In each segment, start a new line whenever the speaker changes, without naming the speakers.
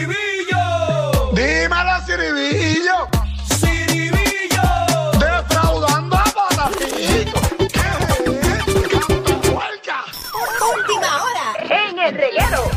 Ciribillo,
Dímelo, Ciribillo.
Ciribillo,
Defraudando a Patacito. ¿Qué? ¡Huelga!
Última hora en el reguero.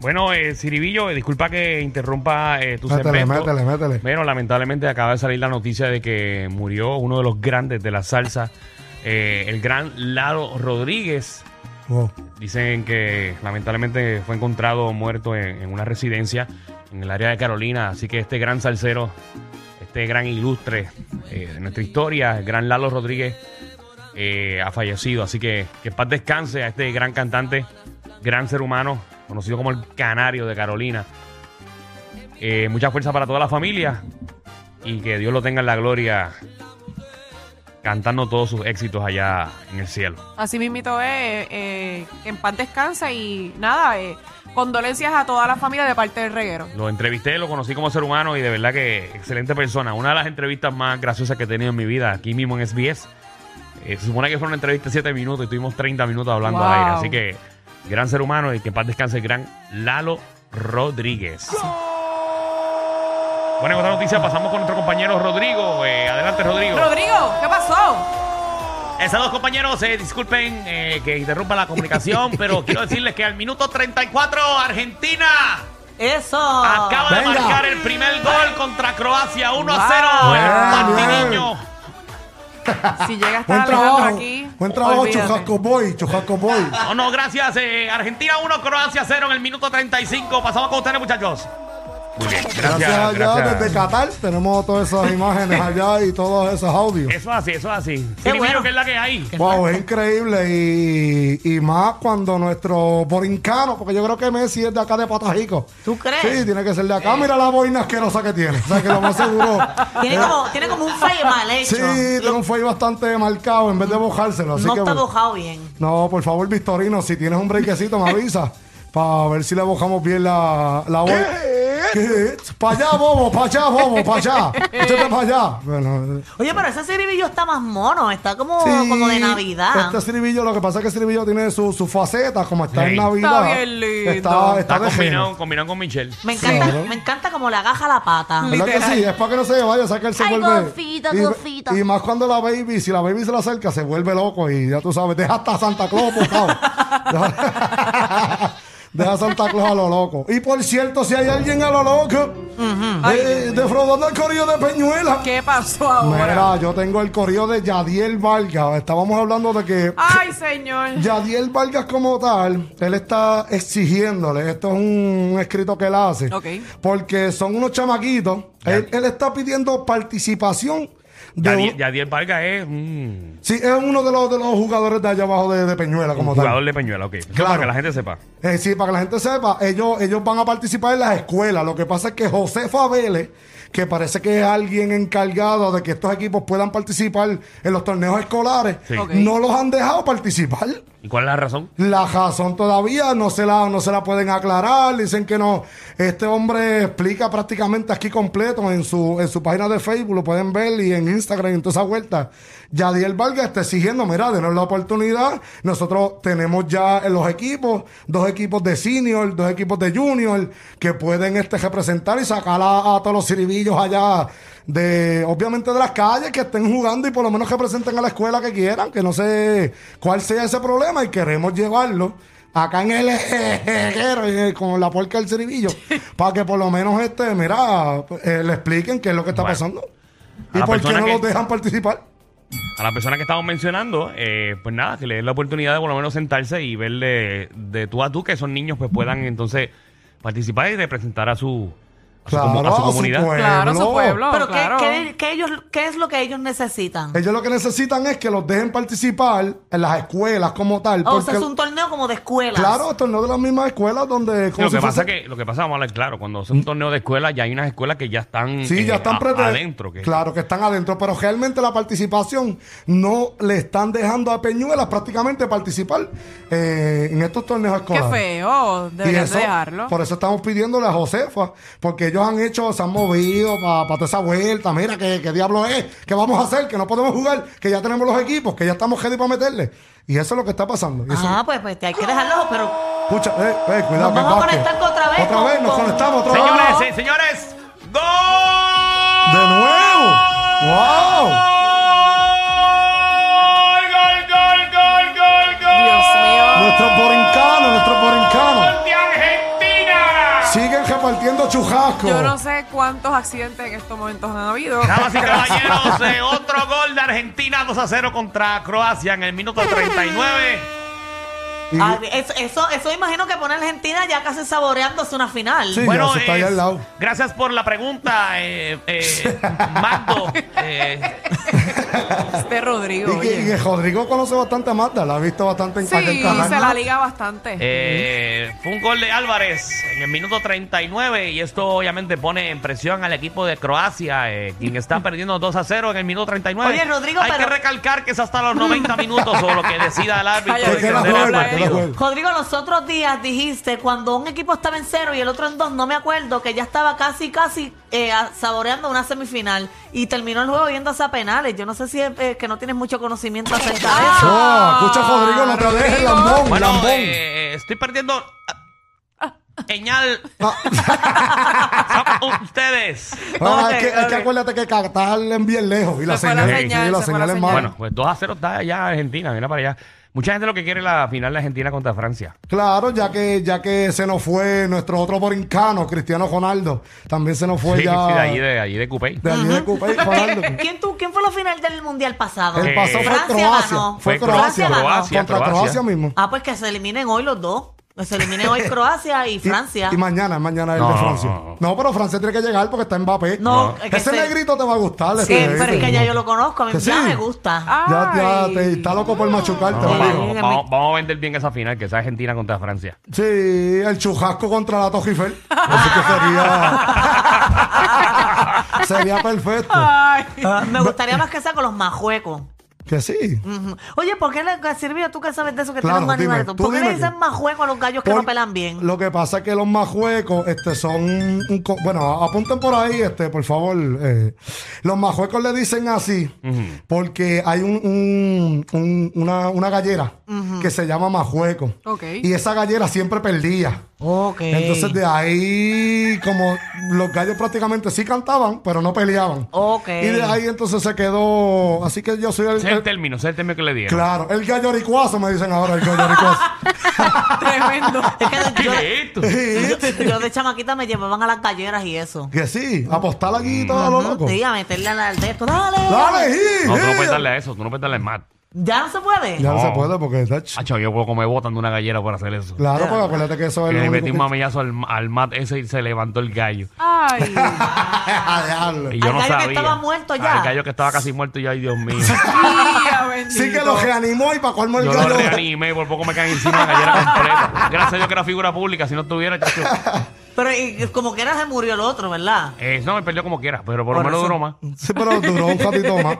Bueno, eh, Ciribillo, eh, disculpa que interrumpa eh, tu
Métele,
segmento.
métele, métele.
Bueno, lamentablemente acaba de salir la noticia de que murió uno de los grandes de la salsa, eh, el gran Lalo Rodríguez.
Wow.
Dicen que lamentablemente fue encontrado muerto en, en una residencia en el área de Carolina. Así que este gran salsero, este gran ilustre eh, de nuestra historia, el gran Lalo Rodríguez, eh, ha fallecido. Así que que en paz descanse a este gran cantante, gran ser humano, conocido como el Canario de Carolina. Eh, mucha fuerza para toda la familia y que Dios lo tenga en la gloria cantando todos sus éxitos allá en el cielo.
Así mismito es, eh, eh, que en paz descansa y nada, eh, condolencias a toda la familia de parte del reguero.
Lo entrevisté, lo conocí como ser humano y de verdad que excelente persona. Una de las entrevistas más graciosas que he tenido en mi vida aquí mismo en SBS. Eh, se supone que fue una entrevista de 7 minutos y tuvimos 30 minutos hablando al aire.
Wow.
Así que gran ser humano y que en paz descanse el gran Lalo Rodríguez. Bueno, en otra noticia pasamos con nuestro compañero Rodrigo. Eh, adelante, Rodrigo.
Rodrigo, ¿qué pasó?
Eh, Saludos compañeros, Eh, disculpen eh, que interrumpa la comunicación, pero quiero decirles que al minuto 34 Argentina
Eso.
acaba de
Venga.
marcar el primer gol contra Croacia 1 a
Wow.
0
Bien,
el
bien.
partidiño.
Si llega a estar
Buen
Alejandro
trabajo.
aquí.
Buen trabajo,
olvídate.
Chojaco Boy, Chojaco Boy.
No, no, gracias. eh, Argentina 1, Croacia 0 en el minuto 35. Pasamos con ustedes, muchachos. Muy bien, gracias.
Gracias allá
gracias.
desde Qatar tenemos todas esas imágenes allá y todos esos audios.
Eso es así, eso es así.
Qué
Silvio,
bueno.
que es la que hay.
Wow, es increíble y, y más cuando nuestro borincano, porque yo creo que Messi es de acá de Patajico.
¿Tú crees?
Sí, tiene que ser de
Eh.
acá. Mira la boina asquerosa que tiene. O sea, que lo más seguro.
Tiene, como, tiene como un falle mal hecho.
Sí, tiene un fuelle bastante marcado en vez de bojárselo. Así
no
que,
está
bueno.
mojado bien.
No, por favor, Victorino, si tienes un brequecito, me avisa. Para ver si le bajamos bien la, la voz. Para allá, bobo, para allá, bobo, para allá. Échate para allá. Bueno, eh,
Oye, pero ese ciribillo está más mono. Está como,
sí,
Oh, como de Navidad.
Este estribillo, lo que pasa es que estribillo tiene su, su faceta, como está en
Sí.
Navidad.
Está bien lindo.
Está,
Está
está de
combinado,
genio.
combinado con Michelle.
Me encanta,
Claro.
me encanta como le agaja la pata.
¿Verdad que
Literal.
sí? Es para que no se vaya, o sea que él se
Ay,
vuelve.
gofito,
y,
gofito.
y más cuando la baby, si la baby se la acerca, se vuelve loco y ya tú sabes, deja hasta Santa Claus botado. Deja- deja a Santa Claus a lo loco. Y por cierto, si hay alguien a lo loco, eh, defraudando el corillo de Peñuela.
¿Qué pasó ahora?
Mira, yo tengo el correo de Yadiel Vargas. Estábamos hablando de que
Ay, señor.
Yadiel Vargas como tal, él está exigiéndole, esto es un, un escrito que él hace,
Ok.
porque son unos chamaquitos, él, él está pidiendo participación de...
Yadier,
un-
Yadier Vargas es un
sí, es uno de los, de los jugadores de allá abajo de, de Peñuela como tal.
jugador de Peñuela, ok. Eso
Claro.
Para que la gente sepa.
Eh, sí, para que la gente sepa, ellos, ellos van a participar en las escuelas. Lo que pasa es que Josefa Vélez, que parece que es alguien encargado de que estos equipos puedan participar en los torneos escolares,
Sí.
Ok.
no los han dejado participar.
¿Y cuál es la razón?
La razón todavía no se la, no se la pueden aclarar, dicen que no. Este hombre explica prácticamente aquí completo en su, en su página de Facebook, lo pueden ver y en Instagram y en toda esa vuelta. Yadiel Vargas está exigiendo, mira, denos la oportunidad. Nosotros tenemos ya en los equipos, dos equipos de senior, dos equipos de junior, que pueden este representar y sacar a, a todos los ciribillos allá de, obviamente de las calles que estén jugando y por lo menos representen a la escuela que quieran, que no sé cuál sea ese problema y queremos llevarlo acá en el ejero, en el- con la puerca del ciribillo, para que por lo menos este, mira, eh, le expliquen qué es lo que está
Bueno.
pasando
A
y
la
por qué
persona
no
que-
los dejan participar.
a la persona que estamos mencionando, eh, pues nada, que le den la oportunidad de por lo menos sentarse y verle de tú a tú que esos niños pues puedan entonces parparticipar y representar a su, a su comu- a su
a su
comunidad.
pueblo.
Claro, su pueblo.
pero ¿qué-
claro.
qué, qué ellos, ¿qué es lo que ellos necesitan?
Ellos lo que necesitan es que los dejen participar en las escuelas como tal.
Oh, o sea,
porque-
es un torneo como de escuelas.
Claro, torneos de las mismas escuelas donde...
Sí, lo que
si
pasa
fuese- Mm.
que, lo que pasa, vamos a hablar claro, cuando es un torneo de escuela, ya hay unas escuelas que ya están,
Sí, ya
eh,
están
a-
prete-
adentro. Que,
Claro que están adentro, pero realmente la participación no le están dejando a Peñuelas prácticamente participar eh, en estos torneos
Qué
escolares.
feo.
Y
Deberías
eso-
dejarlo.
Por eso estamos pidiéndole a Josefa, porque ellos han hecho, se han movido para toda esa vuelta. Mira, ¿qué, qué diablo es? ¿Qué vamos a hacer? Que no podemos jugar, que ya tenemos los equipos, que ya estamos ready para meterle. Y eso es lo que está pasando. Y eso-
Ah, pues, pues te hay que dejarlos, pero,
Escucha, eh, eh, cuidado.
Ah. Nos
que
vamos a
básquet.
conectar otra vez
Otra
con-
vez, nos
con-
conectamos otra vez.
Señores, eh, señores, ¡Gol!
De nuevo. ¡Wow!
¡Gol, gol, gol, gol, gol!
Dios mío.
Nuestros borincanos, nuestros borincanos.
¡Gol de Argentina!
Siguen repartiendo chujascos.
Yo no sé cuántos accidentes en estos momentos han habido.
Damas y caballeros, eh, otro gol de Argentina 2 a 0 contra Croacia en el minuto 39.
Y-
Ah, eso, eso, eso imagino que pone a Argentina ya casi saboreándose una final.
Sí. ya, eso está ahí al lado.
gracias por la pregunta, eh, eh, Magdo. Eh,
Este Rodrigo.
y que, y
oye.
que Rodrigo conoce bastante a Magda, la ha visto bastante en aquel
Sí,
canal.
se la liga bastante.
eh, fue un gol de Álvarez en el minuto 39 y esto obviamente pone en presión al equipo de Croacia, eh, quien está perdiendo 2 a 0 en el minuto 39.
Oye, Rodrigo,
Hay
pero-
que recalcar que es hasta los 90 minutos o lo que decida el árbitro.
Cállate,
de
que la
extender el
juegue, que la
partido.
juegue.
Rodrigo, los otros días dijiste cuando un equipo estaba en cero y el otro en dos, no me acuerdo, que ya estaba casi, casi eh, a- saboreando una semifinal y terminó el juego yéndose a penales. Yo no sé si es eh, que no tienes mucho conocimiento acerca de eso.
No, escucha Rodrigo, no te
Ah, Rodrigo.
dejes lambón,
Bueno,
lambón.
eh, estoy perdiendo. ah, Señal. Son ustedes.
Ah,
ok,
es, que, es que
ok.
acuérdate que Qatar le envía lejos y la
Se fue la
señal,
señal,
sí, la
se fue la
señal es
señal.
mala.
Bueno, pues 2 a 0 está allá Argentina, mira para allá. Mucha gente lo que quiere es la final de Argentina contra Francia.
Claro, ya que, ya que se nos fue nuestro otro borincano, Cristiano Ronaldo, también se nos
Pues
fue
Sí,
ya
sí, de allí de, allí de Coupey.
de allí de Coupey, Ronaldo.
¿Quién, tú, ¿Quién fue la final del mundial pasado?
El
Eh,
pasado fue
Francia
Croacia.
ganó.
Fue
Fue
Croacia.
Croacia,
Croacia,
Contra
Croacia.
Croacia mismo.
Ah, pues que se eliminen hoy los dos. Que se eliminen hoy Croacia y
Y-
Francia.
Y, mañana, mañana el
No,
de
no,
Francia.
no, no.
No, pero Francia tiene que llegar porque está en Mbappé.
No, es que
Ese
se-
negrito te va a gustar.
Sí,
este,
Eh, pero es
¿viste?
que ya yo lo conozco, a mí
Que sí.
ya
Ah,
me gusta.
Ya, ya,
Ay.
te, está loco por machucarte.
No,
lo
Ay.
digo.
vamos, vamos- vamos a vender bien esa final, que es Argentina contra Francia.
Sí, el chujasco contra la Tojifel. Así que sería. sería perfecto.
Ay.
Me gustaría más que sea con los majuecos.
Que sí.
Ujú. Oye, ¿por qué le Silvio, tú que sabes de eso que
Claro,
tienes manía
dime,
de todo?
tú
¿Por qué le
dime
dicen
que-
majueco a los gallos que
Por-
no pelan bien?
Lo que pasa es que los majuecos este, son. un co- Bueno, apunten por ahí, este, por favor. eh. Los majuecos le dicen así porque hay un, un- un- una, una gallera que se llama majueco.
Ok.
Y esa gallera siempre perdía.
Ok.
Entonces de ahí, como los gallos prácticamente sí cantaban, pero no peleaban.
Ok.
Y de ahí entonces se quedó. Así que yo soy el.
Ese es el
el-
término, ese es el término que le dieron.
claro, el galloricuazo me dicen ahora, el galloricuazo.
Tremendo.
Es que yo,
¿Qué es esto?
yo- yo de chamaquita me llevaban a las galleras y eso.
que sí, apostar aquí todo lo
Ujú,
loco.
Sí, a meterle al- al texto. Dale.
Dale, sí,
No, tú no
sí.
puedes darle a eso, tú no puedes darle a Matt.
Ya no se puede.
Ya no se
No.
puede porque está ch-
Hacho, yo puedo comer botan de una gallera por hacer eso.
Claro, porque acuérdate que eso
Que
es
le
lo
metí un
único que-
mamillazo al, al Matt ese y se levantó el gallo.
Ay.
Ah, diablo.
Y yo
Al
no
gallo que
sabía.
estaba muerto ya.
Al gallo que estaba casi muerto ya, ay Dios mío.
Día bendito.
Sí que lo reanimó y para colmo el
Yo
gallo.
lo reanimé, por poco me caen encima de la gallera completa. Gracias a Dios que era figura pública, si no estuviera, chacho.
Pero y- como que era se murió el otro, ¿verdad?
Eh, no, me perdió como quiera, pero por lo menos duró más.
Sí, pero duró un ratito más.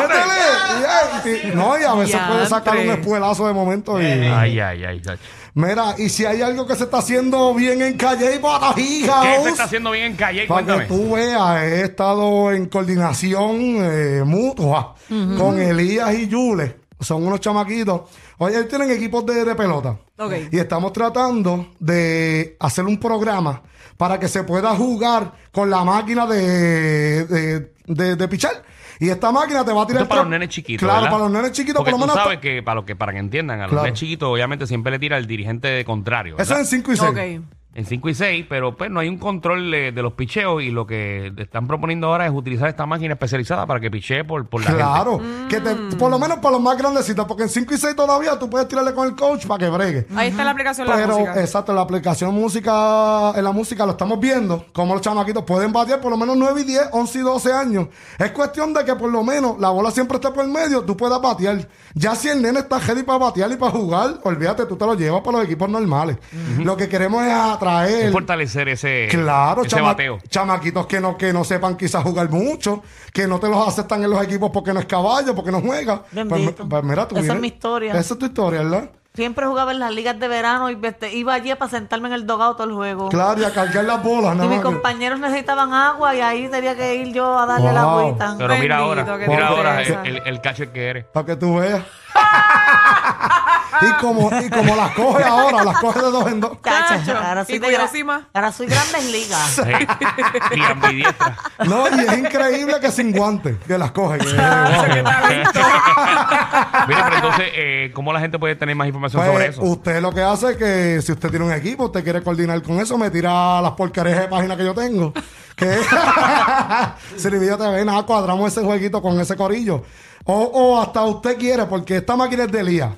Métele, y- y- No, y a veces puede sacar un
Diantre.
espuelazo de momento. Y...
Ay, ay, ay. chacho.
Mira, y si hay algo que se está haciendo bien en Calle y Botavija,
¿Qué se
us,
está haciendo bien en calle?
para
Cuéntame.
que tú veas, he estado en coordinación eh, mutua con Elías y Yule. Son unos chamaquitos. Oye, ellos tienen equipos de, de pelota.
Ok.
Y estamos tratando de hacer un programa para que se pueda jugar con la máquina de, de, de- de pichar. Y esta máquina te va a tirar...
Esto es para
tres-
los nenes chiquitos.
Claro,
¿verdad?
para los nenes chiquitos,
Porque
por lo menos...
Tú
hasta-
sabes que para, los que, para que entiendan, a los
Claro.
nenes chiquitos, obviamente, siempre le tira el dirigente de contrario.
Eso es
¿verdad?
en 5 y 6.
Ok.
En 5 y 6, pero pues no hay un control eh, de, los picheos y lo que están proponiendo ahora es utilizar esta máquina especializada para que pichee por, por la gente.
Claro, que te, por
Mm.
lo menos para los más grandecitos, porque en 5 y 6 todavía tú puedes tirarle con el coach para que bregue.
Ahí está la aplicación de la
Pero,
música.
exacto, la aplicación música, en la música lo estamos viendo, como los chamaquitos pueden batear por lo menos 9 y 10, 11 y 12 años. Es cuestión de que por lo menos la bola siempre esté por el medio, tú puedas batear. Ya si el nene está ready para batear y para jugar, olvídate, tú te lo llevas para los equipos normales. Lo que queremos es atraer...
Es fortalecer ese,
Claro,
ese
chama-
bateo.
chamaquitos que no, que no sepan quizás jugar mucho, que no te los aceptan en los equipos porque no es caballo, porque no juega. Pues,
Bendito.
mira, tú
Esa es
vienes-
mi historia.
Esa es tu historia, ¿verdad?
Siempre jugaba en las ligas de verano y este, iba allí para sentarme en el dogado todo el juego.
Claro, y a cargar las bolas,
Y
nada
mis
más.
compañeros necesitaban agua y ahí tenía que ir yo a darle la
Wow.
agüita.
Pero mira
Bendito,
ahora,
qué
mira ahora
tristeza.
el, el, el cacho que eres.
Para que tú veas. Y como, y como las coge ahora, las coge de dos en dos.
Chacho,
ahora soy
y
de gra-
Cuidosima.
ahora soy grandes ligas.
Sí. Y ambidiestra.
No, y es increíble que sin guantes, que las coge. que-
qué talento.
Mira, pero entonces, eh, ¿cómo la gente puede tener más información sobre
Pues
eso?
usted lo que hace es que si usted tiene un equipo, usted quiere coordinar con eso, me tira las porquerías de página que yo tengo. Que Sirvilla TV, nada, ah, cuadramos ese jueguito con ese corillo. O, o hasta usted quiere, porque esta máquina es de Elías.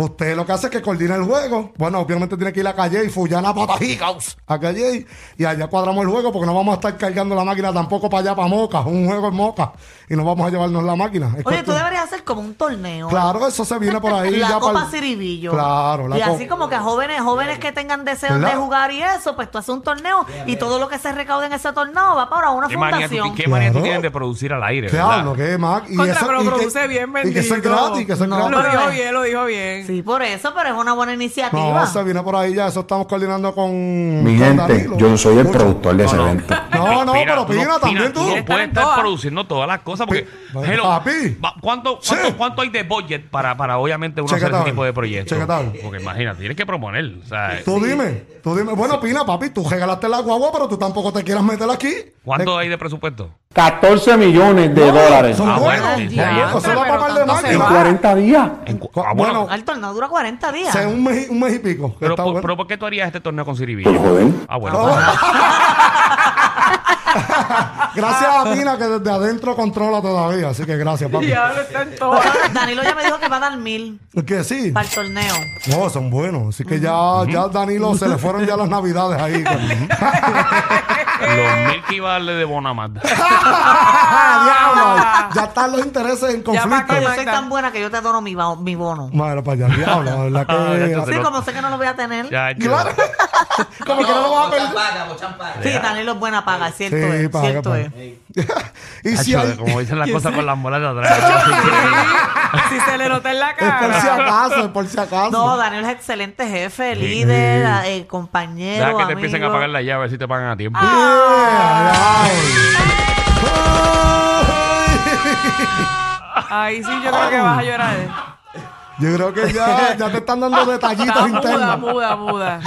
Usted lo que hace es que coordina el juego. Bueno, obviamente tiene que ir a calle y fullar a Patajicaus a calle y allá cuadramos el juego porque no vamos a estar cargando la máquina tampoco para allá, para Moca, un juego en Moca y no vamos a llevarnos la máquina. Es
Oye, tú
cuestión-
deberías hacer como un torneo.
Claro, eso se viene por ahí.
la
ya
Copa
pa'l-
Ciribillo.
Claro,
Y así
Copa-
como que a jóvenes, jóvenes que tengan deseo
¿Verdad?
de jugar y eso, pues tú haces un torneo y todo lo que se recaude en ese torneo va para una
¿Qué manía, tú,
fundación.
qué manía tú
Claro.
tienes de producir al aire?
¿Qué
verdad?
hablo? ¿Qué, Mac? Y
Contra,
eso-
pero
y que-
produce bien,
Y que
bendito.
eso es gratis, que eso es
No,
gratis.
Lo
pero-
dijo bien, lo dijo bien.
Sí, por eso, pero es una buena
No,
iniciativa.
se viene por ahí ya, eso estamos coordinando con...
Mi
con
gente,
Danilo.
yo soy el
Mucho.
productor de ese evento.
No, no, pero
tú no
opina también tú.
no puedes
Están
estar
todas.
produciendo todas las cosas porque.
Pi-
Hello,
papi.
va- ¿cuánto, cuánto,
Sí.
cuánto hay de budget para, para obviamente uno
Checa
hacer ese
tabla.
tipo de proyectos?
Checa tabla.
Porque imagínate, tienes que proponer. O sea,
Tú dime, tú dime. Bueno, opina, papi, tú regalaste la guagua, pero tú tampoco te quieras meter aquí.
¿Cuánto hay de presupuesto?
14 millones de dólares
Son
Ah, bueno,
buenos.
sí,
son
sí.
buenos, Son
Pero
para par de
tanto se
en
máquinas.
va.
40 días.
En cu-
Cu-
ah,
bueno,
El torneo dura 40 días.
Se- un, mes, y- un mes y pico.
pero,
Está
por,
bueno.
pero ¿por qué tú harías este torneo con Siribillo?
Por joder.
Ah, bueno.
No. Gracias a Pina que desde adentro controla todavía, así que gracias, papi.
Diablo, están todas.
Pero Danilo ya me dijo que va a dar mil
Que sí.
para el torneo.
No, son buenos. Así que ya, ya Danilo se le fueron ya las navidades ahí.
Los mil que iba a darle de Bonamanda.
¡Ah, diablo! Ya están los intereses en
Ya pa'
conflicto.
Yo
Magda.
soy tan buena que yo te dono mi, ba- mi bono.
Madre para allá, diablo, la verdad que.
Ya te-
Sí,
Pero-
como sé que no lo voy a tener.
Ya, ya.
Claro. Como que no lo vas a perder.
Sí, Danilo es buena paga, es cierto
Sí,
es,
paga,
cierto
paga.
es.
Y si
Hacho,
hay.
Como dicen las cosas con las molas de atrás.
Si se le nota en la
Es por si
cara.
acaso, es por si acaso.
No, Daniel es excelente jefe, líder, eh, compañero,
Deja que te
amigo. Ah.
empiecen a pagar la llave a ver si te pagan a tiempo.
Yeah, ay.
Ay, sí, yo creo que vas a llorar.
Yo creo que ya, ya te están dando
Está
detallitos
muda,
internos.
muda, muda.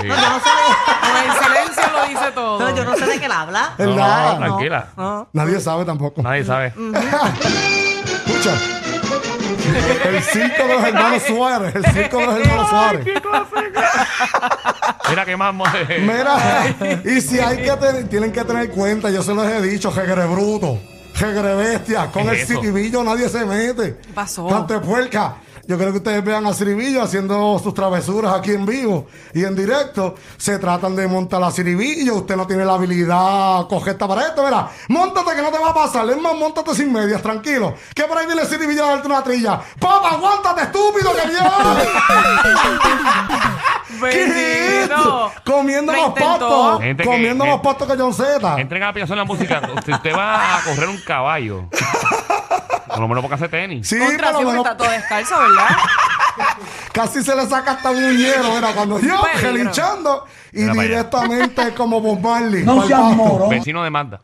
Sí.
Yo no sé de-
Con el silencio lo dice todo.
no, yo no sé de qué él habla.
Es
No, no,
nada.
no, tranquila.
Nadie sabe tampoco.
Nadie sabe.
Mm. Escucha. El circo de los hermanos Suárez. El circo de los hermanos Suárez.
Mira qué más. mo- Eh,
Mira, y si hay que tener, tienen que tener cuenta, yo se los he dicho, jegre bruto, jegre bestia, con
¿Qué
el
es eso?
ciribillo nadie se mete.
pasó?
Cante puerca. Yo creo que ustedes vean a Ciribillo haciendo sus travesuras aquí en vivo y en directo. Se tratan de montar a Ciribillo. Usted no tiene la habilidad correcta para esto. Mira, montate que no te va a pasar. Es más, montate sin medias, tranquilo. Que por ahí viene Ciribillo a darte una trilla. Papá, aguántate, estúpido, que viene. ¿Qué es esto?
Bendito.
Comiendo
Lo
los
intentó.
patos.
Gente que-
Comiendo
gente-
más patos que John Z.
Entren a la aplicación de la música. Si usted va a correr un caballo, por lo menos porque hace tenis.
Sí,
Contra,
pero
siempre
bueno,
está todo descalzo, ¿verdad?
casi se le saca hasta un muñero. Era cuando yo,
Peligro.
relinchando y
Mira para allá.
directamente como Bob Marley.
No
pa'l
seas
pasto.
moro.
Vecino demanda.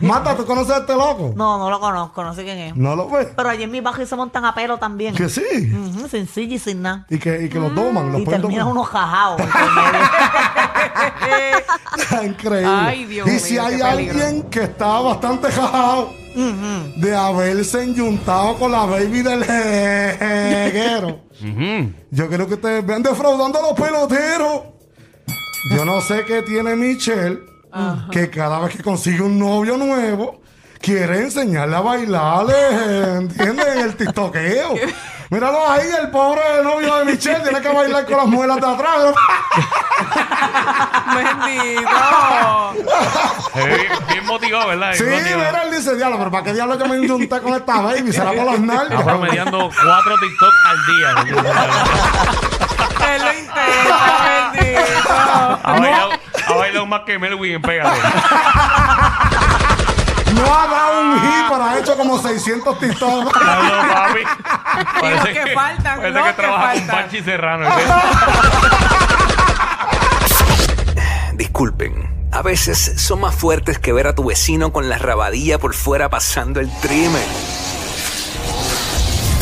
Mata, ¿tú conoces a este loco?
No, no lo conozco, no sé quién es.
No lo ves.
Pero allí en mi bajo y se montan a pelo también.
Que sí.
Ujú, sin silla y sin nada.
Y que, y que
Mm.
los doman, los
Y
pueden
terminan
domar.
unos jajaos. Entonces,
Eh,
Increíble.
Ay, Dios
y
mío,
si
qué
hay
peligro.
alguien que está bastante jajado de haberse enyuntado con la baby del jeguero.
Ujú.
Yo creo que ustedes ven defraudando a los peloteros. Yo no sé qué tiene Michelle, que cada vez que consigue un novio nuevo, quiere enseñarle a bailarle, ¿entiendes? En el tiktokeo. Míralo ahí, el pobre novio de Michelle tiene que bailar con las muelas de atrás. ¿no?
eh, Bendito.
Se ve bien- bien motivado, ¿verdad?
Sí,
Bien motivado.
mira, él dice, diablo, pero ¿para qué diablo yo me injunté con esta baby? ¿Será por las
Está
nalgas?
promediando cuatro TikTok al día.
Él lo intenta, bendito.
Ha bailado, ha bailado más que Melwin en Pégate.
No ha dado un hit, pero ha hecho como 600 tiktoks.
Hablo, papi.
los que faltan,
parece
los
que
que
trabaja con
faltan.
Panchi Serrano. ¿eh? ¿sí?
Disculpen, a veces son más fuertes que ver a tu vecino con la rabadilla por fuera pasando el trimen.